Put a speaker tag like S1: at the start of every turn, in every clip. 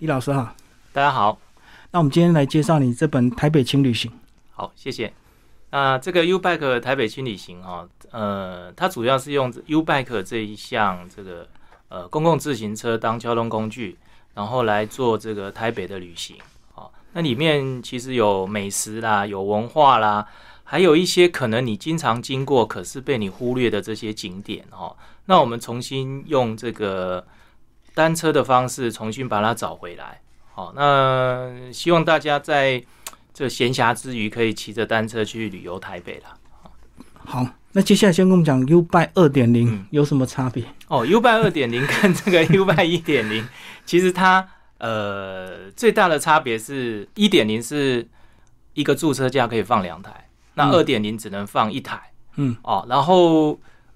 S1: 李老师哈，
S2: 大家好，
S1: 那我们今天来介绍你这本《台北轻旅行》。
S2: 好，谢谢。那这个 U Bike 台北轻旅行哈、呃，它主要是用 U Bike 这一项这个呃公共自行车当交通工具，然后来做这个台北的旅行。哦，那里面其实有美食啦，有文化啦，还有一些可能你经常经过可是被你忽略的这些景点哦。那我们重新用这个单车的方式重新把它找回来。好、那希望大家在这闲暇之余可以骑着单车去旅游台北啦。
S1: 好，那接下来先跟我们讲 U Bike 二点零
S2: 嗯
S1: 有什么差别？
S2: 哦，U b i 二点零跟这个 U b i 一点零，其实它呃最大的差别是，一点零是一个驻车架可以放两台，那
S1: 嗯
S2: 二点零只能放一台。
S1: 嗯，
S2: 哦，然后、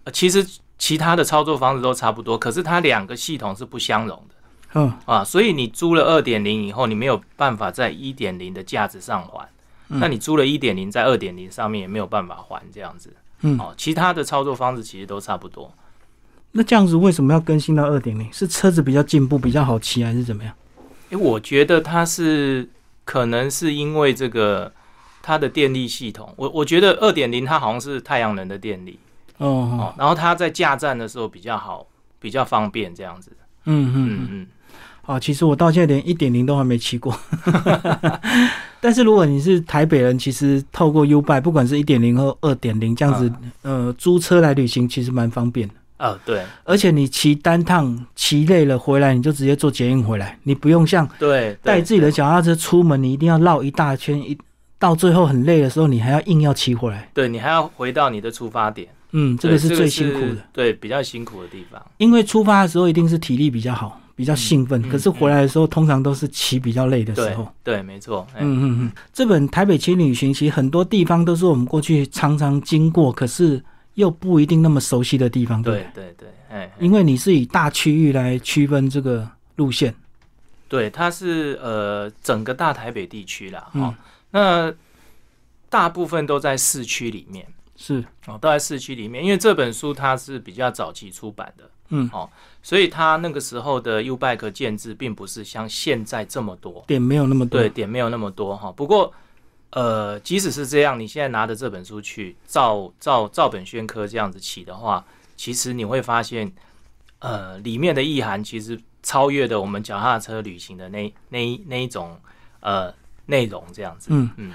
S2: 呃其实其他的操作方式都差不多，可是它两个系统是不相容的
S1: 嗯，
S2: 啊，所以你租了二点零以后，你没有办法在一点零的架子上还。
S1: 嗯
S2: 那你租了一点零，在二点零上面也没有办法还这样子，
S1: 嗯
S2: 哦，其他的操作方式其实都差不多。
S1: 那这样子为什么要更新到二点零？是车子比较进步，比较好骑，还是怎么样？
S2: 诶，我觉得它是可能是因为这个它的电力系统，我我觉得二点零它好像是太阳能的电力
S1: 哦，
S2: 哦
S1: 哦，
S2: 然后它在架站的时候比较好，比较方便这样子。
S1: 嗯嗯
S2: 嗯
S1: 嗯，
S2: 嗯，
S1: 好，其实我到现在连一点零都还没骑过。 但是如果你是台北人，其实透过 U Bike，不管是一点零和二点零这样子，
S2: 啊
S1: 呃，租车来旅行其实蛮方便的。
S2: 哦对
S1: 而且你骑单趟骑累了回来，你就直接坐捷运回来，你不用像
S2: 对，
S1: 带
S2: 对
S1: 自己的脚踏车出门，你一定要绕一大圈，一到最后很累的时候，你还要硬要骑回来。
S2: 对你还要回到你的出发点，
S1: 嗯，这
S2: 对
S1: 个是最辛苦的，
S2: 是对，比较辛苦的地方。
S1: 因为出发的时候一定是体力比较好，比较兴奋，
S2: 嗯
S1: 可是回来的时候通常都是骑比较累的时
S2: 对
S1: 候。
S2: 对，没错。哎
S1: 嗯嗯嗯，这本《台北轻旅行》其实很多地方都是我们过去常常经过，可是又不一定那么熟悉的地方。不
S2: 对对对，哎，哎
S1: 因为你是以大区域来区分这个路线。
S2: 对，它是呃整个大台北地区啦，
S1: 嗯
S2: 哦，那大部分都在市区里面。
S1: 是，
S2: 哦，都在市区里面，因为这本书它是比较早期出版的，
S1: 嗯，
S2: 所以它那个时候的 U Bike 建制并不是像现在这么多，
S1: 点没有那么多。
S2: 对，点没有那么多哈。不过，呃，即使是这样，你现在拿着这本书去照照照本宣科这样子起的话，其实你会发现，呃，里面的意涵其实超越了我们脚踏车旅行的那那一那一种呃内容这样子，
S1: 嗯
S2: 嗯，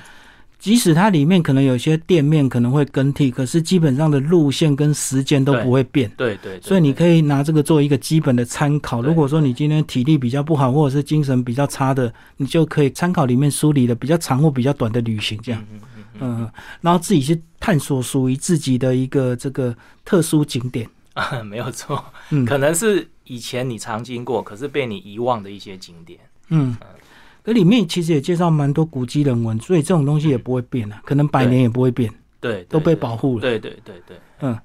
S1: 即使它里面可能有些店面可能会更替，可是基本上的路线跟时间都不会变，
S2: 对对对
S1: 所以你
S2: 以
S1: 可以拿这个做一个基本的参考。
S2: 对
S1: 如果说你今天体力比较不好，或者是精神比较差的，你就可以参考里面梳理的比较长或比较短的旅行这样。
S2: 嗯嗯嗯
S1: 嗯、然后自己去探索属于自己的一个这个特殊景点。
S2: 嗯， 没有错。
S1: 嗯
S2: 可能是以前你常经过，可是被你遗忘的一些景点。
S1: 嗯，可里面其实也介绍蛮多古迹人文，所以这种东西也不会变啊，可能百年也不会变，
S2: 对，
S1: 都
S2: 对
S1: 被保护了。
S2: 对对对对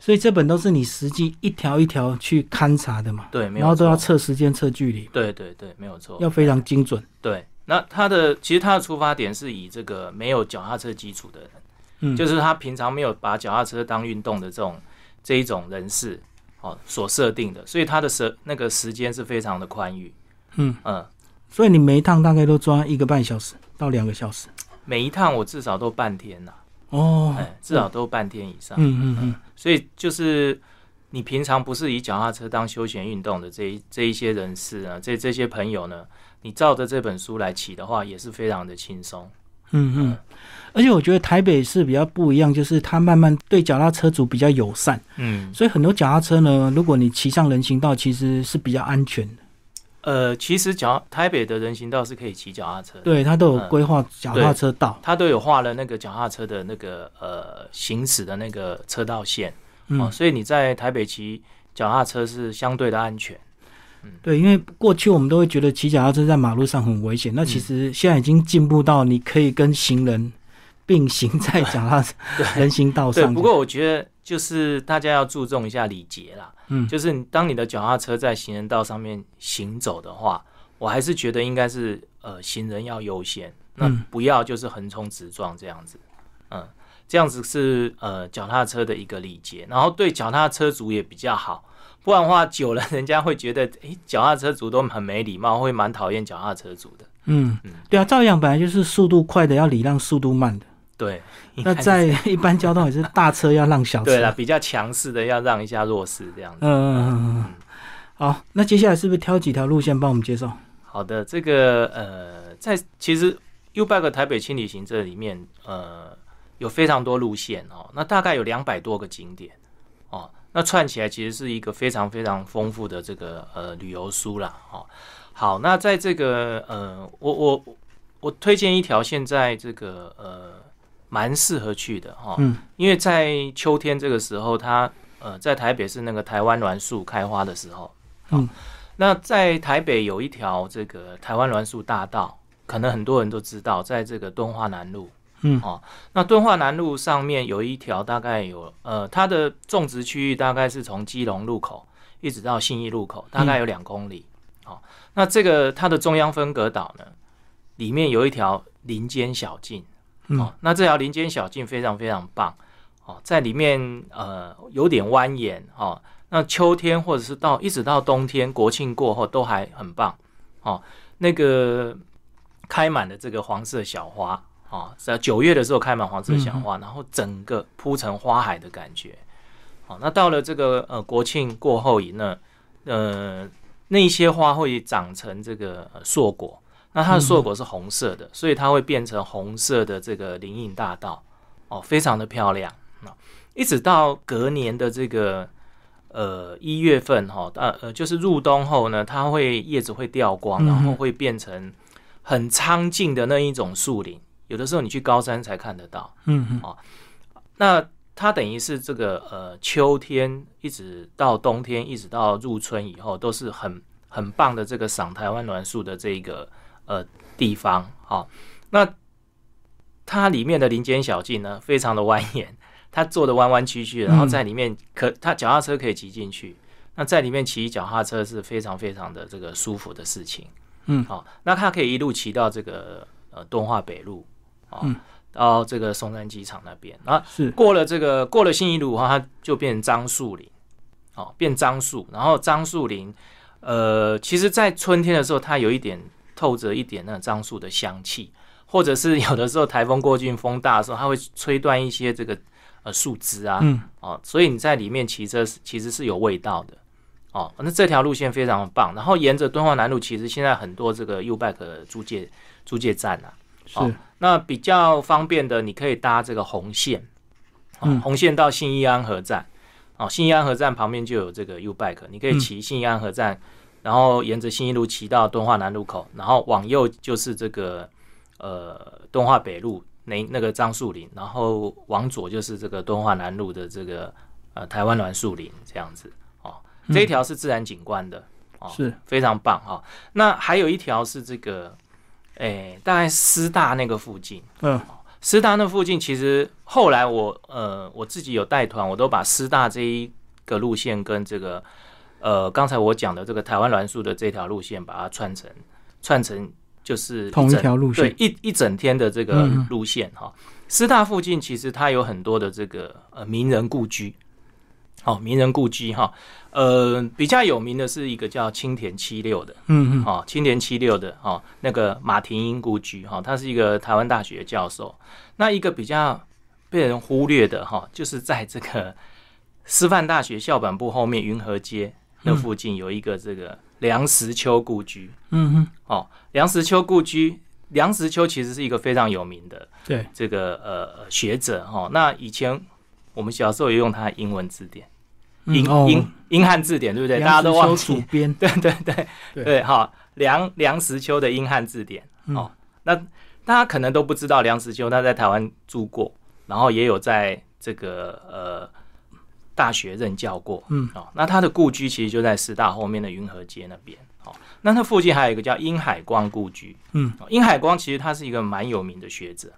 S1: 所以这本都是你实际一条一条去勘察的嘛，
S2: 对，没有
S1: 然后都要
S2: 错哦
S1: 测时间、测距离，
S2: 对对对，没有错。
S1: 要非常精准。
S2: 对。那他的其实他的出发点是以这个没有脚踏车基础的人，
S1: 嗯，
S2: 就是他平常没有把脚踏车当运动的这种这一种人士哦所设定的，所以他的时那个时间是非常的宽裕。
S1: 嗯
S2: 嗯，
S1: 所以你每一趟大概都抓一个半小时到两个小时。
S2: 每一趟我至少都半天呐、
S1: 哦，
S2: 哎，至少都半天以上。
S1: 嗯嗯嗯，
S2: 所以就是你平常不是以脚踏车当休闲运动的这一这一些人士啊，这这些朋友呢，你照着这本书来骑的话，也是非常的轻松。
S1: 嗯嗯。而且我觉得台北市比较不一样，就是它慢慢对脚踏车主比较友善，
S2: 嗯，
S1: 所以很多脚踏车呢，如果你骑上人行道，其实是比较安全的。
S2: 呃，其实脚台北的人行道是可以骑脚踏车的，
S1: 对，它
S2: 嗯
S1: 都有规划脚踏车道。
S2: 它都有画了那个脚踏车的那个呃行驶的那个车道线、哦，
S1: 嗯，
S2: 所以你在台北骑脚踏车是相对的安全。
S1: 对，因为过去我们都会觉得骑脚踏车在马路上很危险，
S2: 嗯
S1: 那其实现在已经进步到你可以跟行 人并行在脚踏车人行道
S2: 对，
S1: 哦上。
S2: 不过我觉得就是大家要注重一下礼节啦。
S1: 嗯
S2: 就是你当你的脚踏车在行人道上面行走的话，我还是觉得应该是呃行人要优先，那
S1: 嗯
S2: 不要就是横冲直撞这样子。嗯，这样子是呃脚踏车的一个礼节，然后对脚踏车族也比较好，不然的话久了人家会觉得，诶，脚踏车族都很没礼貌，会蛮讨厌脚踏车族的。
S1: 嗯，对啊，照样本来就是速度快的要礼让速度慢的，
S2: 对，应
S1: 那
S2: 该是
S1: 在 一般交通也是大车要让小车。
S2: 对啦，比较强势的要让一下弱势这样子。
S1: 嗯嗯嗯嗯。好，那接下来是不是挑几条路线帮我们介绍？
S2: 好的，这个呃，在其实 U Bike 台北轻旅行这里面，呃，有非常多路线哦，那大概有两百多个景点哦，那串起来其实是一个非常非常丰富的这个呃旅游书啦哦。好，那在这个呃，我我我推荐一条现在这个呃蛮适合去的哈、哦，
S1: 嗯
S2: 因为在秋天这个时候，它呃在台北是那个台湾栾树开花的时候，
S1: 嗯
S2: 那在台北有一条这个台湾栾树大道，可能很多人都知道，在这个敦化南路。
S1: 嗯
S2: 哦，那敦化南路上面有一条，大概有呃，它的种植区域大概是从基隆路口一直到信义路口，大概有两公里。哦，那这个它的中央分隔岛呢，里面有一条林间小径。
S1: 嗯
S2: 哦，那这条林间小径非常非常棒哦，在里面呃有点蜿蜒哦。那秋天或者是到一直到冬天，国庆过后都还很棒哦。那个开满了这个黄色小花哦，在九月的时候开满黄色小花，然后整个铺成花海的感觉。哦，那到了这个呃国庆过后以呢，呃那一些花会长成这个呃硕果，那它的硕果是红色的，所以它会变成红色的这个林荫大道，哦，非常的漂亮。那一直到隔年的这个呃一月份哈，呃呃，就是入冬后呢，它会叶子会掉光，
S1: 嗯哼
S2: 然后会变成很苍劲的那一种树林，有的时候你去高山才看得到。
S1: 嗯嗯
S2: 那它等于是这个呃秋天一直到冬天，一直到入春以后，都是很很棒的这个赏台湾栾树的这个呃地方。好、那它里面的林间小径呢，非常的蜿蜒， 它做的弯弯曲曲的，然后在里面可它脚踏车可以骑进去。那在里面骑脚踏车是非常非常的这个舒服的事情，
S1: 嗯
S2: 好、那它可以一路骑到这个呃敦化北路，哦，
S1: 嗯
S2: 到这个松山机场那边，然后
S1: 是
S2: 过了这个过了新一路的话，它就变成樟树林，哦，变樟树，然后樟树林，呃，其实，在春天的时候，它有一点透着一点那个樟树的香气，或者是有的时候台风过境、风大的时候，它会吹断一些这个呃树枝啊，
S1: 嗯
S2: 哦，所以你在里面骑车是其实是有味道的。哦，那这条路线非常棒。然后沿着敦化南路，其实现在很多这个 U Bike 租借租借站啊，
S1: 是
S2: 好那比较方便的，你可以搭这个红线，哦
S1: 嗯
S2: 红线到信义安和站，哦，信义安和站旁边就有这个 U Bike，你可
S1: 嗯
S2: 以骑信义安和站，然后沿着信义路骑到敦化南路口，然后往右就是这个呃敦化北路那那个樟树林，然后往左就是这个敦化南路的这个呃台湾栾树林这样子，哦，这一条是自然景观的，哦，
S1: 嗯是
S2: 非常棒哈、哦。那还有一条是这个，诶，大概师大那个附近，
S1: 嗯
S2: 师大那附近其实后来我呃我自己有带团，我都把师大这一个路线跟这个呃刚才我讲的这个台湾栾树的这条路线把它串成串成就是
S1: 同一
S2: 整
S1: 条路线
S2: 对一一整天的这个
S1: 嗯嗯
S2: 路线哈、师大附近其实它有很多的这个呃名人故居，哦，名人故居哈、呃，比较有名的是一个叫青田七六的，
S1: 嗯嗯
S2: 哦，青年七六的哦，那个马廷英故居哈、哦，他是一个台湾大学教授。那一个比较被人忽略的哈、哦，就是在这个师范大学校本部后面云和街那附近有一个这个梁实秋故居
S1: 嗯嗯
S2: 哦，梁实秋故居，梁实秋其实是一个非常有名的
S1: 对
S2: 这个呃呃学者哈、哦。那以前我们小时候也用他的英文字典，英、
S1: 嗯哦
S2: 英英汉字典对不对？大
S1: 梁
S2: 家都
S1: 实
S2: 忘
S1: 秋
S2: 记
S1: 主。编
S2: 对对对
S1: 对嗯
S2: 对，哈，梁梁实秋的英汉字典哦，那大家可能都不知道梁实秋他在台湾住过，然后也有在这个呃大学任教过，
S1: 嗯
S2: 哦，那他的故居其实就在师大后面的云和街那边，哦，那那附近还有一个叫殷海光故居，
S1: 嗯
S2: 哦，殷海光其实他是一个蛮有名的学者，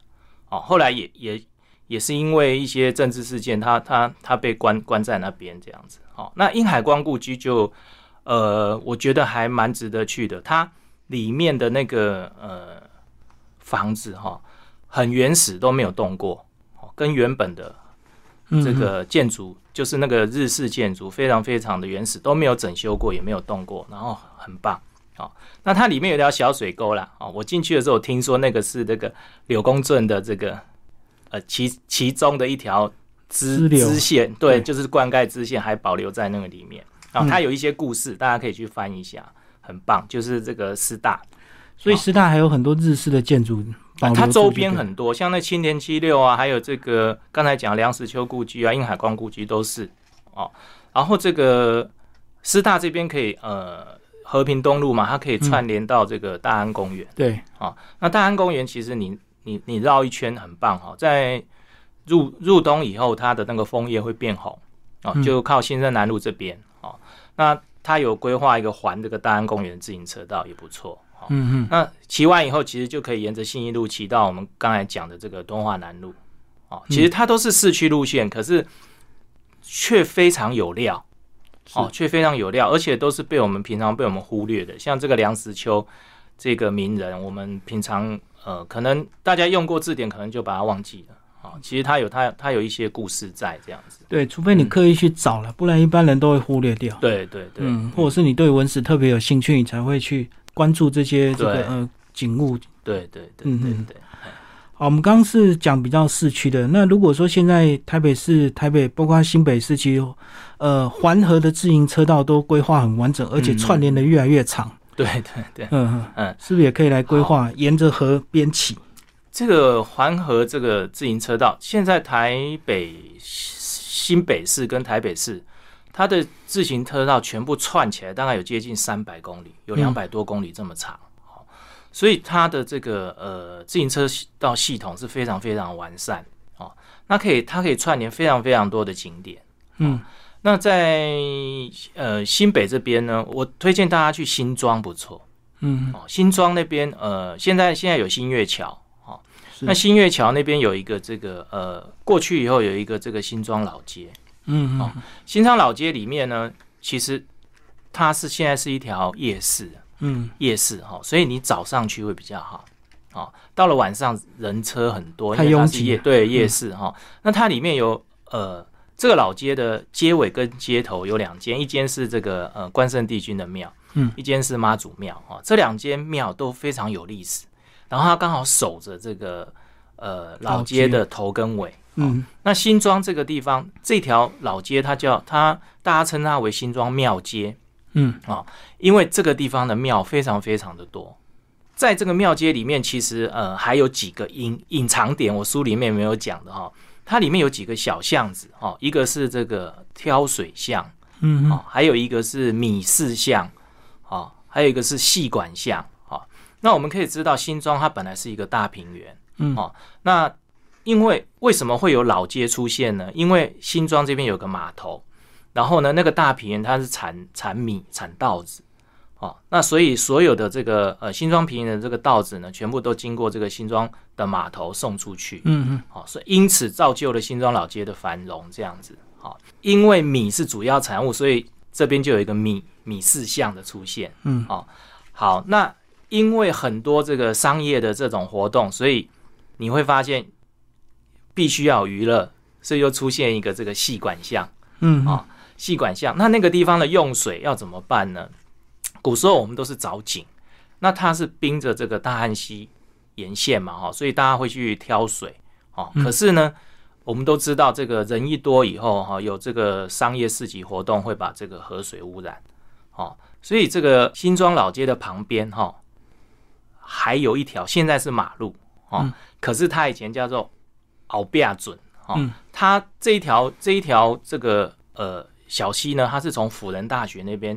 S2: 哦，后来也也也是因为一些政治事件，他他他被关关在那边这样子。好、那殷海光故居就呃，我觉得还蛮值得去的。它里面的那个呃房子哈、很原始，都没有动过，哦跟原本的
S1: 嗯
S2: 这个建筑，就是那个日式建筑，非常非常的原始，都没有整修过，也没有动过，然后很棒。好、那它里面有条小水沟啦。哦，我进去的时候听说那个是这个柳公圳的这个呃其其中的一条
S1: 支
S2: 支
S1: 流
S2: 支线，对，
S1: 对
S2: 就是灌溉支线还保留在那个里面。啊、
S1: 嗯
S2: 它有一些故事，大家可以去翻一下，很棒。就是这个师大
S1: 所以师大还有很多日式的建筑保留住就对了，
S2: 哦啊它周边很多，像那青田七六啊，还有这个刚才讲梁实秋故居啊、殷海光故居都是哦。然后这个师大这边可以呃和平东路嘛，它
S1: 嗯
S2: 可以串联到这个大安公园。
S1: 对，
S2: 那大安公园其实你你你绕一圈很棒哈、哦，在入入冬以后，它的那个枫叶会变红哦
S1: 嗯，
S2: 就靠新生南路这边哦。那它有规划一个环这个大安公园的自行车道，也不错。哦
S1: 嗯嗯，
S2: 那骑完以后，其实就可以沿着信义路骑到我们刚才讲的这个东华南路，哦，其
S1: 嗯
S2: 实它都是市区路线，可是却非常有料，哦，却非常有料，而且都是被我们平常被我们忽略的。像这个梁实秋这个名人，我们平常呃，可能大家用过字典，可能就把它忘记了。哦，其实他有他他有一些故事在这样子，
S1: 对，除非你刻意去找了，不然一般人都会忽略掉。
S2: 对对对，
S1: 嗯，或者是你对文史特别有兴趣，你才会去关注这些这
S2: 对
S1: 个呃景物。
S2: 对对对
S1: 嗯
S2: 对
S1: 嗯
S2: 对，
S1: 好，我们刚刚是讲比较市区的，那如果说现在台北市、台北包括新北市区，呃，环河的自行车道都规划很完整，而且
S2: 嗯
S1: 串联的越来越长。
S2: 对对对，
S1: 嗯嗯，
S2: 嗯，
S1: 是不是也可以来规划，沿着河边起？
S2: 这个环河这个自行车道，现在台北新北市跟台北市，它的自行车道全部串起来，大概有接近三百公里，有
S1: 嗯
S2: 两百多公里这么长。好，所以它的这个呃自行车道系统是非常非常完善哦。那可以，它可以串联非常非常多的景点。
S1: 嗯，
S2: 那在呃新北这边呢，我推荐大家去新庄，不错
S1: 嗯，
S2: 哦。新庄那边呃，现在现在有新月桥哦，
S1: 是
S2: 那，新月桥那边有一个这个呃，过去以后有一个这个新庄老街，
S1: 嗯
S2: 哦新庄老街里面呢，其实它是现在是一条夜市，
S1: 嗯
S2: 夜市哈、哦，所以你早上去会比较好。哦，到了晚上人车很多，因
S1: 太
S2: 为
S1: 拥
S2: 它是
S1: 挤
S2: 夜
S1: 了嗯
S2: 对夜市哈、哦。那它里面有呃，这个老街的街尾跟街头有两间，一间是这个呃关圣帝君的庙，
S1: 嗯
S2: 一间是妈祖庙哦。这两间庙都非常有历史，然后它刚好守着这个呃
S1: 老
S2: 老街
S1: 街
S2: 的头跟尾。
S1: 嗯
S2: 那新庄这个地方，这条老街它叫它，大家称它为新庄庙街。
S1: 嗯
S2: 因为这个地方的庙非常非常的多，在这个庙街里面，其实呃还有几个隐隐藏点，我书里面没有讲的哈、它里面有几个小巷子哈、一个是这个挑水巷
S1: 嗯
S2: 哦，还有一个是米市巷哦，还有一个是细管巷哦。那我们可以知道，新庄它本来是一个大平原，
S1: 嗯
S2: 哦，那因为为什么会有老街出现呢？因为新庄这边有个码头，然后呢，那个大平原它是产产米、产稻子，哦，那所以所有的这个呃新庄平原的这个稻子呢，全部都经过这个新庄的码头送出去，
S1: 嗯嗯，
S2: 好、所以因此造就了新庄老街的繁荣，这样子。好、因为米是主要产物，所以这边就有一个米米四项的出现。
S1: 嗯
S2: 好、好，那因为很多这个商业的这种活动，所以你会发现必须要有娱乐，所以又出现一个这个细管巷。
S1: 嗯
S2: 哦细管巷，那那个地方的用水要怎么办呢？古时候我们都是凿井，那它是盯着这个大汉溪沿线嘛，哈、所以大家会去挑水，哦，
S1: 嗯
S2: 可是呢，我们都知道这个人一多以后，哈、有这个商业市集活动会把这个河水污染，哦，所以这个新庄老街的旁边，哈、还有一条现在是马路，哦，
S1: 嗯
S2: 可是它以前叫做鳌壁准，哦，
S1: 嗯
S2: 它这一条这一条这个呃小溪呢，它是从辅仁大学那边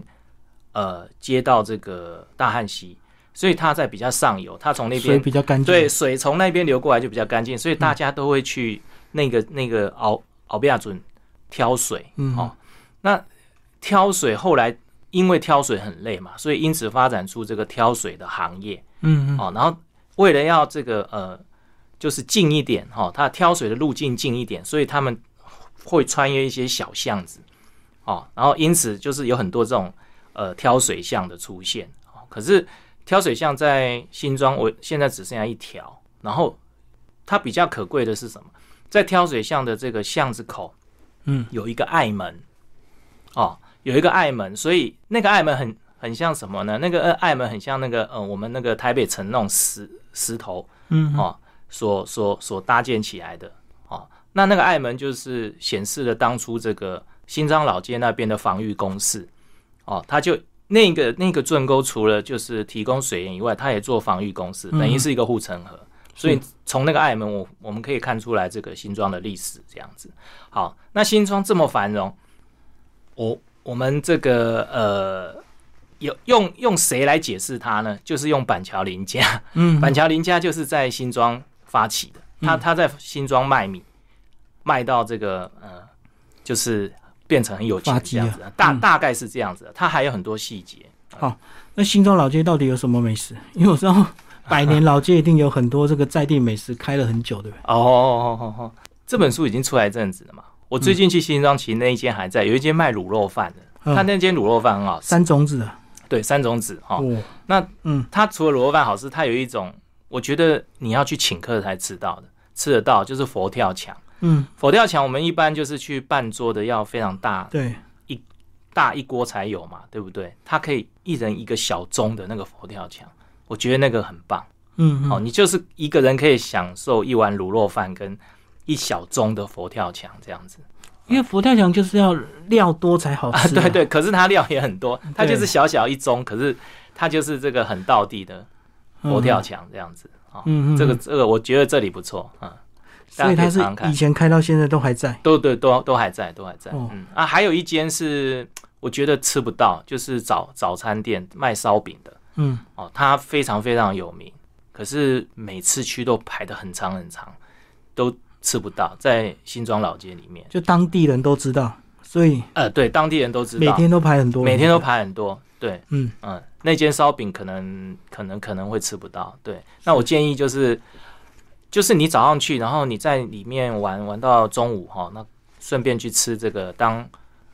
S2: 呃接到这个大汉溪，所以它在比较上游，它从那
S1: 所以
S2: 边
S1: 比较干净。
S2: 对，水从那边流过来就比较干净，所以大家都会去那个、那个敖敖比亚准挑水，
S1: 嗯
S2: 哦，那挑水后来因为挑水很累嘛，所以因此发展出这个挑水的行业，
S1: 嗯嗯
S2: 哦，然后为了要这个呃，就是近一点哈、哦，它挑水的路径近一点，所以他们会穿越一些小巷子，哦，然后因此就是有很多这种呃挑水巷的出现，哦，可是挑水巷在新庄我现在只剩下一条，然后它比较可贵的是什么？在挑水巷的这个巷子口
S1: 嗯，
S2: 有一个爱门，哦，有一个爱门，所以那个爱门很很像什么呢？那个呃爱门很像那个呃我们那个台北城那种石石头
S1: 嗯
S2: 哦所所所搭建起来的哦。那那个爱门就是显示了当初这个新庄老街那边的防御工事哦，它就那个那个圳沟除了就是提供水源以外，它也做防御工事，
S1: 嗯
S2: 等于是一个护城河。所以从那个爱门，我我们可以看出来这个新庄的历史这样子。好，那新庄这么繁荣，我我们这个呃，有用用谁来解释它呢？就是用板桥林家。
S1: 嗯
S2: 板桥林家就是在新庄发起的，他
S1: 嗯
S2: 他在新庄卖米，卖到这个呃，就是变成很有
S1: 发
S2: 钱
S1: 迹
S2: 这样子，
S1: 啊
S2: 大
S1: 嗯
S2: 大概是这样子。他还有很多细节，
S1: 那新庄老街到底有什么美食？ 因为我知道百年老街一定有很多这个在地美食，开了很久，对不对？
S2: 哦哦哦哦哦，这本书已经出来一阵子了嘛。我最近去新庄，其实那一间还在，有一间卖卤肉饭的，
S1: 嗯
S2: 他那间卤肉饭很好吃，
S1: 三种子啊，
S2: 对三种子哈。
S1: 哦，
S2: 啊那
S1: 嗯
S2: 它除了卤肉饭好吃，它有一种我觉得你要去请客才吃到的，吃得到就是佛跳墙。
S1: 嗯，
S2: 佛跳墙我们一般就是去半桌的，要非常大
S1: 对，
S2: 大一锅才有嘛，对不对？它可以一人一个小盅的那个佛跳墙，我觉得那个很棒。
S1: 嗯，
S2: 哦，
S1: 嗯
S2: 你就是一个人可以享受一碗卤肉饭跟一小盅的佛跳墙这样子
S1: 因为佛跳墙就是要料多才好
S2: 啊，
S1: 吃、
S2: 对，对。可是它料也很多，它
S1: 对
S2: 就是小小一盅，可是它就是这个很道地的佛跳墙这样子啊。
S1: 嗯嗯，嗯嗯，
S2: 这个这个，我觉得这里不错啊。嗯
S1: 所以
S2: 大家可
S1: 它
S2: 以
S1: 是
S2: 尝尝看
S1: 以前开到现在都还在，
S2: 都对，都都还在，都还在。
S1: 哦
S2: 嗯啊，还有一间是我觉得吃不到，就是早早餐店卖烧饼的
S1: 嗯，
S2: 哦，它非常非常有名，可是每次去都排得很长很长，都吃不到，在新庄老街里面。
S1: 就当地人都知道，所以
S2: 呃，对，当地人都知
S1: 每
S2: 道，
S1: 天都排很多人，
S2: 每天都排很多。对，
S1: 嗯
S2: 嗯，那间烧饼可能可能可能会吃不到。对，那我建议就是，就是你早上去，然后你在里面玩玩到中午哈、那顺便去吃这个当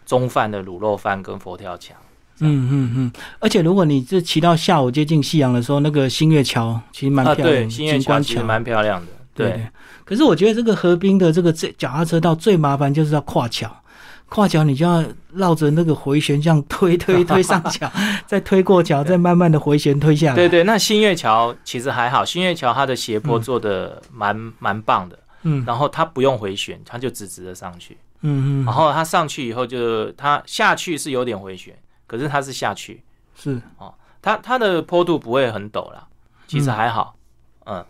S2: 中饭的卤肉饭跟佛跳墙。
S1: 嗯嗯嗯，而且如果你这骑到下午接近夕阳的时候，那个新月桥其实蛮
S2: 啊，
S1: 漂亮的，
S2: 对，新月
S1: 景
S2: 桥
S1: 观
S2: 其实
S1: 桥
S2: 蛮漂亮的。
S1: 对
S2: 对，
S1: 可是我觉得这个河滨的这个这脚踏车道最麻烦就是要跨桥，跨桥你就要绕着那个回旋这样推推推上 桥，再推过桥，再慢慢的回旋推下来。
S2: 对对，那新月桥其实还好，新月桥它的斜坡
S1: 嗯
S2: 做的蛮蛮棒的，
S1: 嗯
S2: 然后它不用回旋，它就直直的上去。
S1: 嗯嗯，
S2: 然后它上去以后就它下去是有点回旋，可是它是下去，
S1: 是嗯
S2: 它它的坡度不会很陡啦，其实
S1: 嗯
S2: 还好，嗯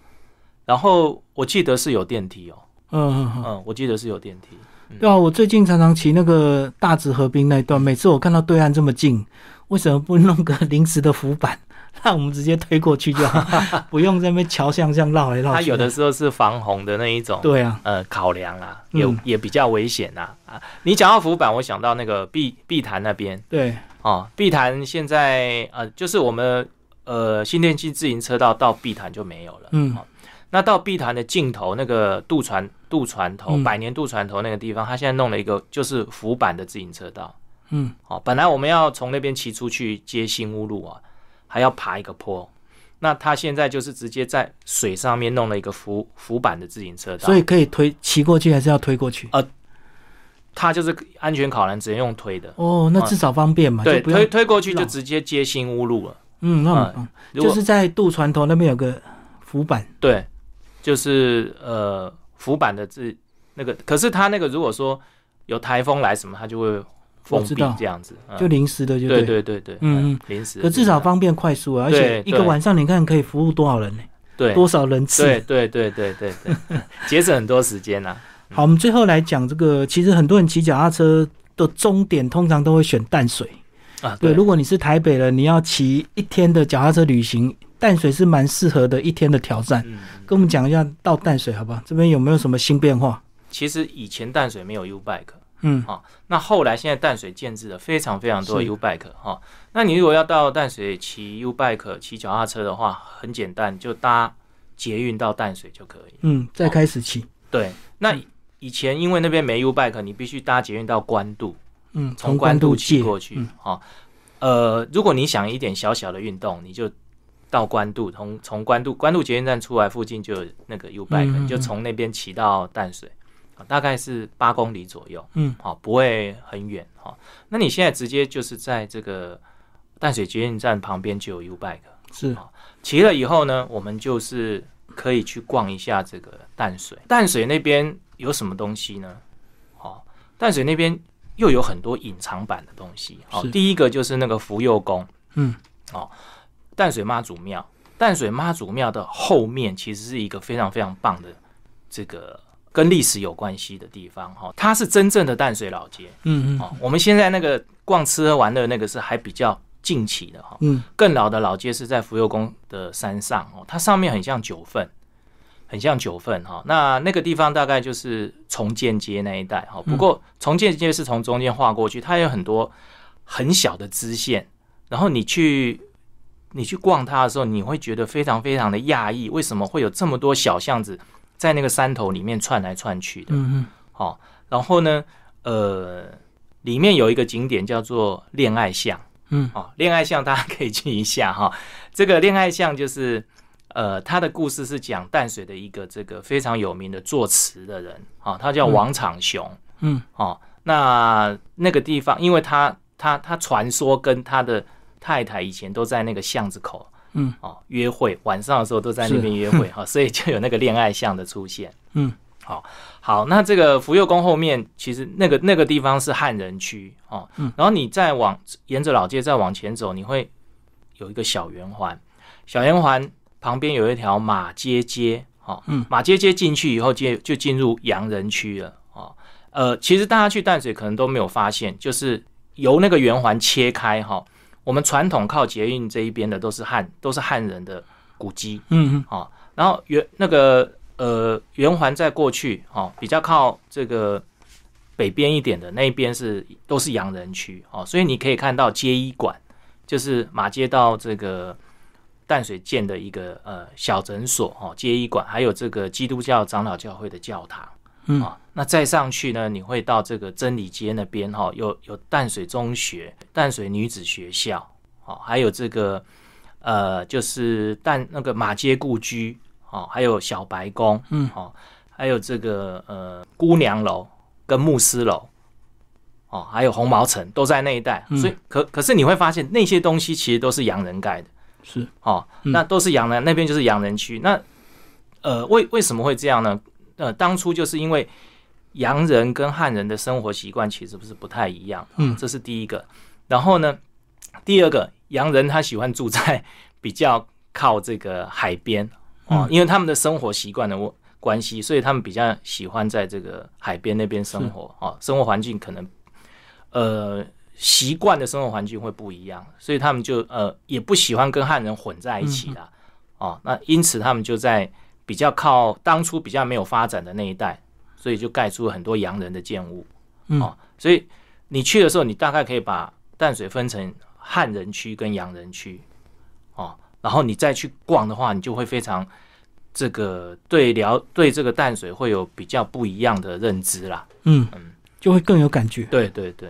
S2: 然后我记得是有电梯哦，
S1: 嗯嗯嗯。
S2: 嗯，我记得是有电梯。
S1: 对啊，我最近常常骑那个大直河滨那一段，每次我看到对岸这么近，为什么不弄个临时的浮板， 让我们直接推过去就好， 不用在那边桥向这样绕来绕去？
S2: 它有的时候是防洪的那一种，
S1: 对啊，
S2: 呃，考量啦，
S1: 嗯
S2: 也、也比较危险啦。啊，你讲到浮板，我想到那个碧碧潭那边
S1: 对，
S2: 哦，碧潭现在呃，就是我们呃新店区自行车道到碧潭就没有了，
S1: 嗯
S2: 哦那到碧潭的尽头，那个渡船渡船头、
S1: 嗯
S2: 百年渡船头那个地方，它现在弄了一个就是浮板的自行车道。
S1: 嗯
S2: 哦，本来我们要从那边骑出去接新屋路啊，还要爬一个坡。那他现在就是直接在水上面弄了一个浮浮板的自行车道，
S1: 所以可以推骑过去，还是要推过去？
S2: 他就是安全考量，只能用推的。
S1: 哦，那至少方便嘛，
S2: 啊对，
S1: 就不用
S2: 推推过去就
S1: 绕
S2: 直接接新屋路了。
S1: 嗯，那很
S2: 嗯
S1: 棒。
S2: 如
S1: 就
S2: 果、
S1: 是在渡船头那边有个浮板，
S2: 对，就是呃浮板的自那个，可是他那个如果说有台风来什么，他就会封
S1: 我知
S2: 闭
S1: 道
S2: 这样子。嗯
S1: 就临时的就
S2: 对
S1: 对。
S2: 对对对，
S1: 嗯嗯，
S2: 临时的
S1: 可至少方便快速啊，而且
S2: 对
S1: 一个
S2: 对
S1: 晚上你看可以服务多少人呢？
S2: 对
S1: 多少人次？
S2: 对对对对对对，节省很多时间啊 呐。
S1: 好，我们最后来讲这个，其实很多人骑脚踏车的终点通常都会选淡水。
S2: 啊，
S1: 对，如果你是台北人，你要骑一天的脚踏车旅行，淡水是蛮适合的一天的挑战。
S2: 嗯，
S1: 跟我们讲一下到淡水好不好？这边有没有什么新变化？
S2: 其实以前淡水没有 U Bike，
S1: 嗯
S2: 那后来现在淡水建制了非常非常多的
S1: 是
S2: U Bike 哈、那你如果要到淡水骑 U Bike 骑脚踏车的话，很简单，就搭捷运到淡水就可以。
S1: 嗯，再开始骑。
S2: 对，那以前因为那边没 U Bike，你必须搭捷运到关渡，
S1: 嗯，
S2: 从
S1: 关
S2: 关渡骑
S1: 界
S2: 过去
S1: 嗯。
S2: 哈、呃，如果你想一点小小的运动，你就到关渡，从从关渡关渡捷运站出来附近就有那个 U Bike，、
S1: 嗯嗯嗯
S2: 你就从那边骑到淡水。啊大概是八公里左右，
S1: 嗯，
S2: 好、不会很远哈、那你现在直接就是在这个淡水捷运站旁边就有 U Bike，
S1: 是
S2: 骑了以后呢，我们就是可以去逛一下这个淡水。淡水那边有什么东西呢？哦，淡水那边又有很多隐藏版的东西。哦
S1: 是，
S2: 第一个就是那个福佑宫，
S1: 嗯，
S2: 哦，淡水妈祖庙。淡水妈祖庙的后面其实是一个非常非常棒的这个跟历史有关系的地方哈、哦，它是真正的淡水老街
S1: 嗯嗯
S2: 哦。我们现在那个逛吃喝玩乐那个是还比较近期的哈、哦，
S1: 嗯，
S2: 更老的老街是在福佑宫的山上哦，它上面很像九份，很像九份哈、那那个地方大概就是重建街那一带哈、不过重建街是从中间划过去，它有很多很小的支线，然后你去你去逛它的时候，你会觉得非常非常的讶异，为什么会有这么多小巷子在那个山头里面窜来窜去的？
S1: 嗯嗯
S2: 哦，然后呢，呃，里面有一个景点叫做恋爱巷。
S1: 嗯
S2: 哦，恋爱巷大家 可以去一下哈、这个恋爱巷就是，呃，他的故事是讲淡水的一个这个非常有名的作词的人啊、哦，他叫王长雄。
S1: 嗯
S2: 哦，那那个地方，因为他他他传说跟他的太太以前都在那个巷子口，
S1: 嗯，
S2: 哦，约会晚上的时候都在那边约会哈、哦所以就有那个恋爱巷的出现。
S1: 嗯，
S2: 好、好，那这个福佑宫后面其实那个那个地方是汉人区哦，
S1: 嗯，
S2: 然后你再往沿着老街再往前走，你会有一个小圆环，小圆环旁边有一条马街街，哦，
S1: 嗯，
S2: 马街街进去以后就就进入洋人区了，哦，呃，其实大家去淡水可能都没有发现，就是由那个圆环切开哈、我们传统靠捷运这一边的都是汉都是汉人的古迹
S1: 嗯嗯，
S2: 啊、哦，然后圆那个呃圆环再过去哦，比较靠这个北边一点的那一边是都是洋人区哦，所以你可以看到街医馆，就是马街到这个淡水建的一个呃小诊所哦，街医馆，还有这个基督教长老教会的教堂。
S1: 嗯
S2: 啊，那再上去呢，你会到这个真理街那边哈、有有淡水中学、淡水女子学校，哦，还有这个呃，就是淡那个马街故居，哦，还有小白宫，
S1: 嗯，
S2: 哦，还有这个呃姑娘楼跟牧师楼，哦，还有红毛城都在那一带，
S1: 嗯
S2: 所以可可是你会发现那些东西其实都是洋人盖的。
S1: 是
S2: 哦，
S1: 嗯
S2: 那都是洋人，那边就是洋人区。那呃，为为什么会这样呢？呃，当初就是因为洋人跟汉人的生活习惯其实不是不太一样，
S1: 嗯
S2: 这是第一个。然后呢，第二个，洋人他喜欢住在 比较靠这个海边
S1: 嗯，
S2: 哦因为他们的生活习惯的关系，所以他们比较喜欢在这个海边那边生活哦，生活环境可能呃习惯的生活环境会不一样，所以他们就呃也不喜欢跟汉人混在一起啦。哦，那因此他们就在比较靠当初比较没有发展的那一带，所以就盖出了很多洋人的建物。
S1: 嗯
S2: 哦，所以你去的时候，你大概可以把淡水分成汉人区跟洋人区。哦，然后你再去逛的话，你就会非常。这个对了，对这个淡水会有比较不一样的认知啦。
S1: 嗯，就会更有感觉。
S2: 对对对，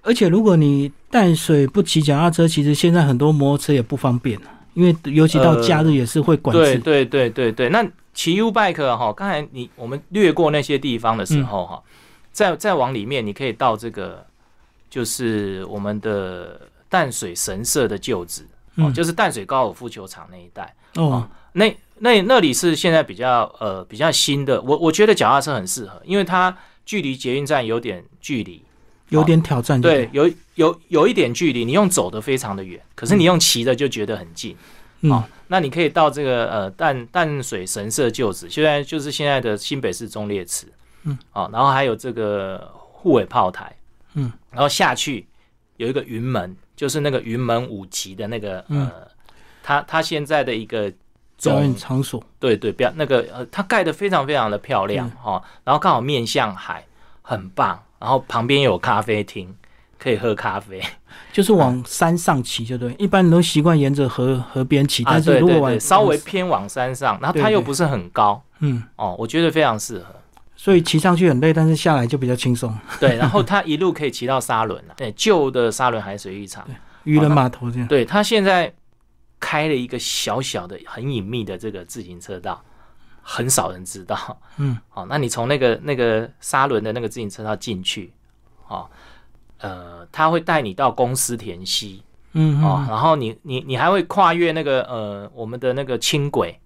S1: 而且如果你淡水不骑脚踏车，其实现在很多摩托车也不方便，因为尤其到假日也是会管
S2: 对
S1: 制。
S2: 对对对对，那骑 U bike 啊哈，刚才你我们略过那些地方的时
S1: 嗯
S2: 候哈，再再往里面，你可以到这个就是我们的淡水神社的旧址，哦，
S1: 嗯
S2: 就是淡水高尔夫球场那一带。
S1: 哦，
S2: 那那那里是现在比较呃比较新的，我我觉得脚踏车很适合，因为它距离捷运站有点距离，
S1: 有点挑战。
S2: 对，，有有有一点距离，你用走的非常的远，可是你用骑的就觉得很近。
S1: 嗯
S2: 哦，那你可以到这个呃淡淡水神社旧址，现在就是现在的新北市中烈祠，
S1: 嗯，
S2: 哦，然后还有这个护尾炮台，
S1: 嗯，
S2: 然后下去有一个云门，就是那个云门舞集的那个、
S1: 嗯
S2: 呃，它它现在的一个
S1: 表
S2: 总
S1: 演场所。
S2: 对对，不要那个呃，它盖得非常非常的漂
S1: 嗯
S2: 亮哈、哦，然后刚好面向海，很棒，然后旁边有咖啡厅，可以喝咖啡，
S1: 就是往山上骑，就对。一般人都习惯沿着河河边骑，
S2: 啊，
S1: 但是
S2: 对
S1: 如
S2: 对
S1: 果往
S2: 对，稍微偏往山上，然后它
S1: 对
S2: 又
S1: 对
S2: 不是很高
S1: 嗯，
S2: 哦，我觉得非常适合。
S1: 所以骑上去很累，但是下来就比较轻松。
S2: 对，然后它一路可以骑到沙仑啊，对，旧的沙仑海水浴场，
S1: 渔人码头这样，
S2: 对，它现在开了一个小小的、很隐秘的这个自行车道，很少人知道。
S1: 嗯，
S2: 好、那你从那个那个沙轮的那个自行车道进去，哦，呃，他会带你到公司田溪
S1: 嗯
S2: 哦，
S1: 嗯
S2: 然后你你你还会跨越那个呃我们的那个轻轨，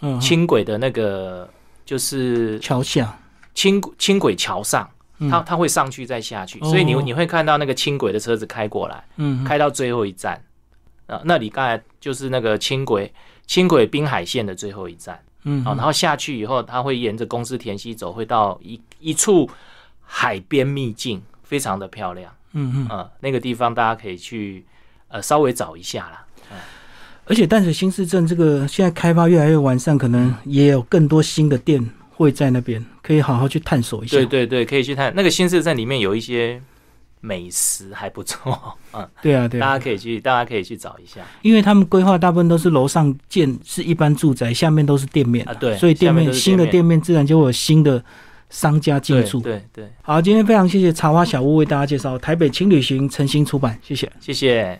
S1: 嗯，
S2: 轻轨的那个就是
S1: 桥下，
S2: 轻轻轨桥上，
S1: 嗯
S2: 它它会上去再下去，所以你
S1: 哦
S2: 你会看到那个轻轨的车子开过来。
S1: 嗯嗯
S2: 开到最后一站，啊，那里刚才就是那个轻轨轻轨滨海线的最后一站
S1: 嗯，
S2: 啊，然后下去以后，它会沿着公司田溪走，会到一一处海边秘境，非常的漂亮
S1: 嗯嗯，
S2: 啊，那个地方大家可以去呃稍微找一下啦。
S1: 而且淡水新市镇这个现在开发越来越完善，可
S2: 嗯
S1: 能也有更多新的店会在那边，可以好好去探索一下。
S2: 对对对，可以去看那个新市镇里面有一些美食还不错，嗯，
S1: 对啊对
S2: 大
S1: 啊，
S2: 家可以去大家可以去找一下
S1: 因为他们规划大部分都是楼上建是一般住宅，下面都是店面
S2: 啊，对，
S1: 所以店
S2: 下
S1: 面
S2: 都是
S1: 新的
S2: 店
S1: 店面自然就会有新的商家进驻。
S2: 对对对，
S1: 好，今天非常谢谢茶花小屋为大家介绍台北轻旅行诚心出版，谢谢。
S2: 谢谢。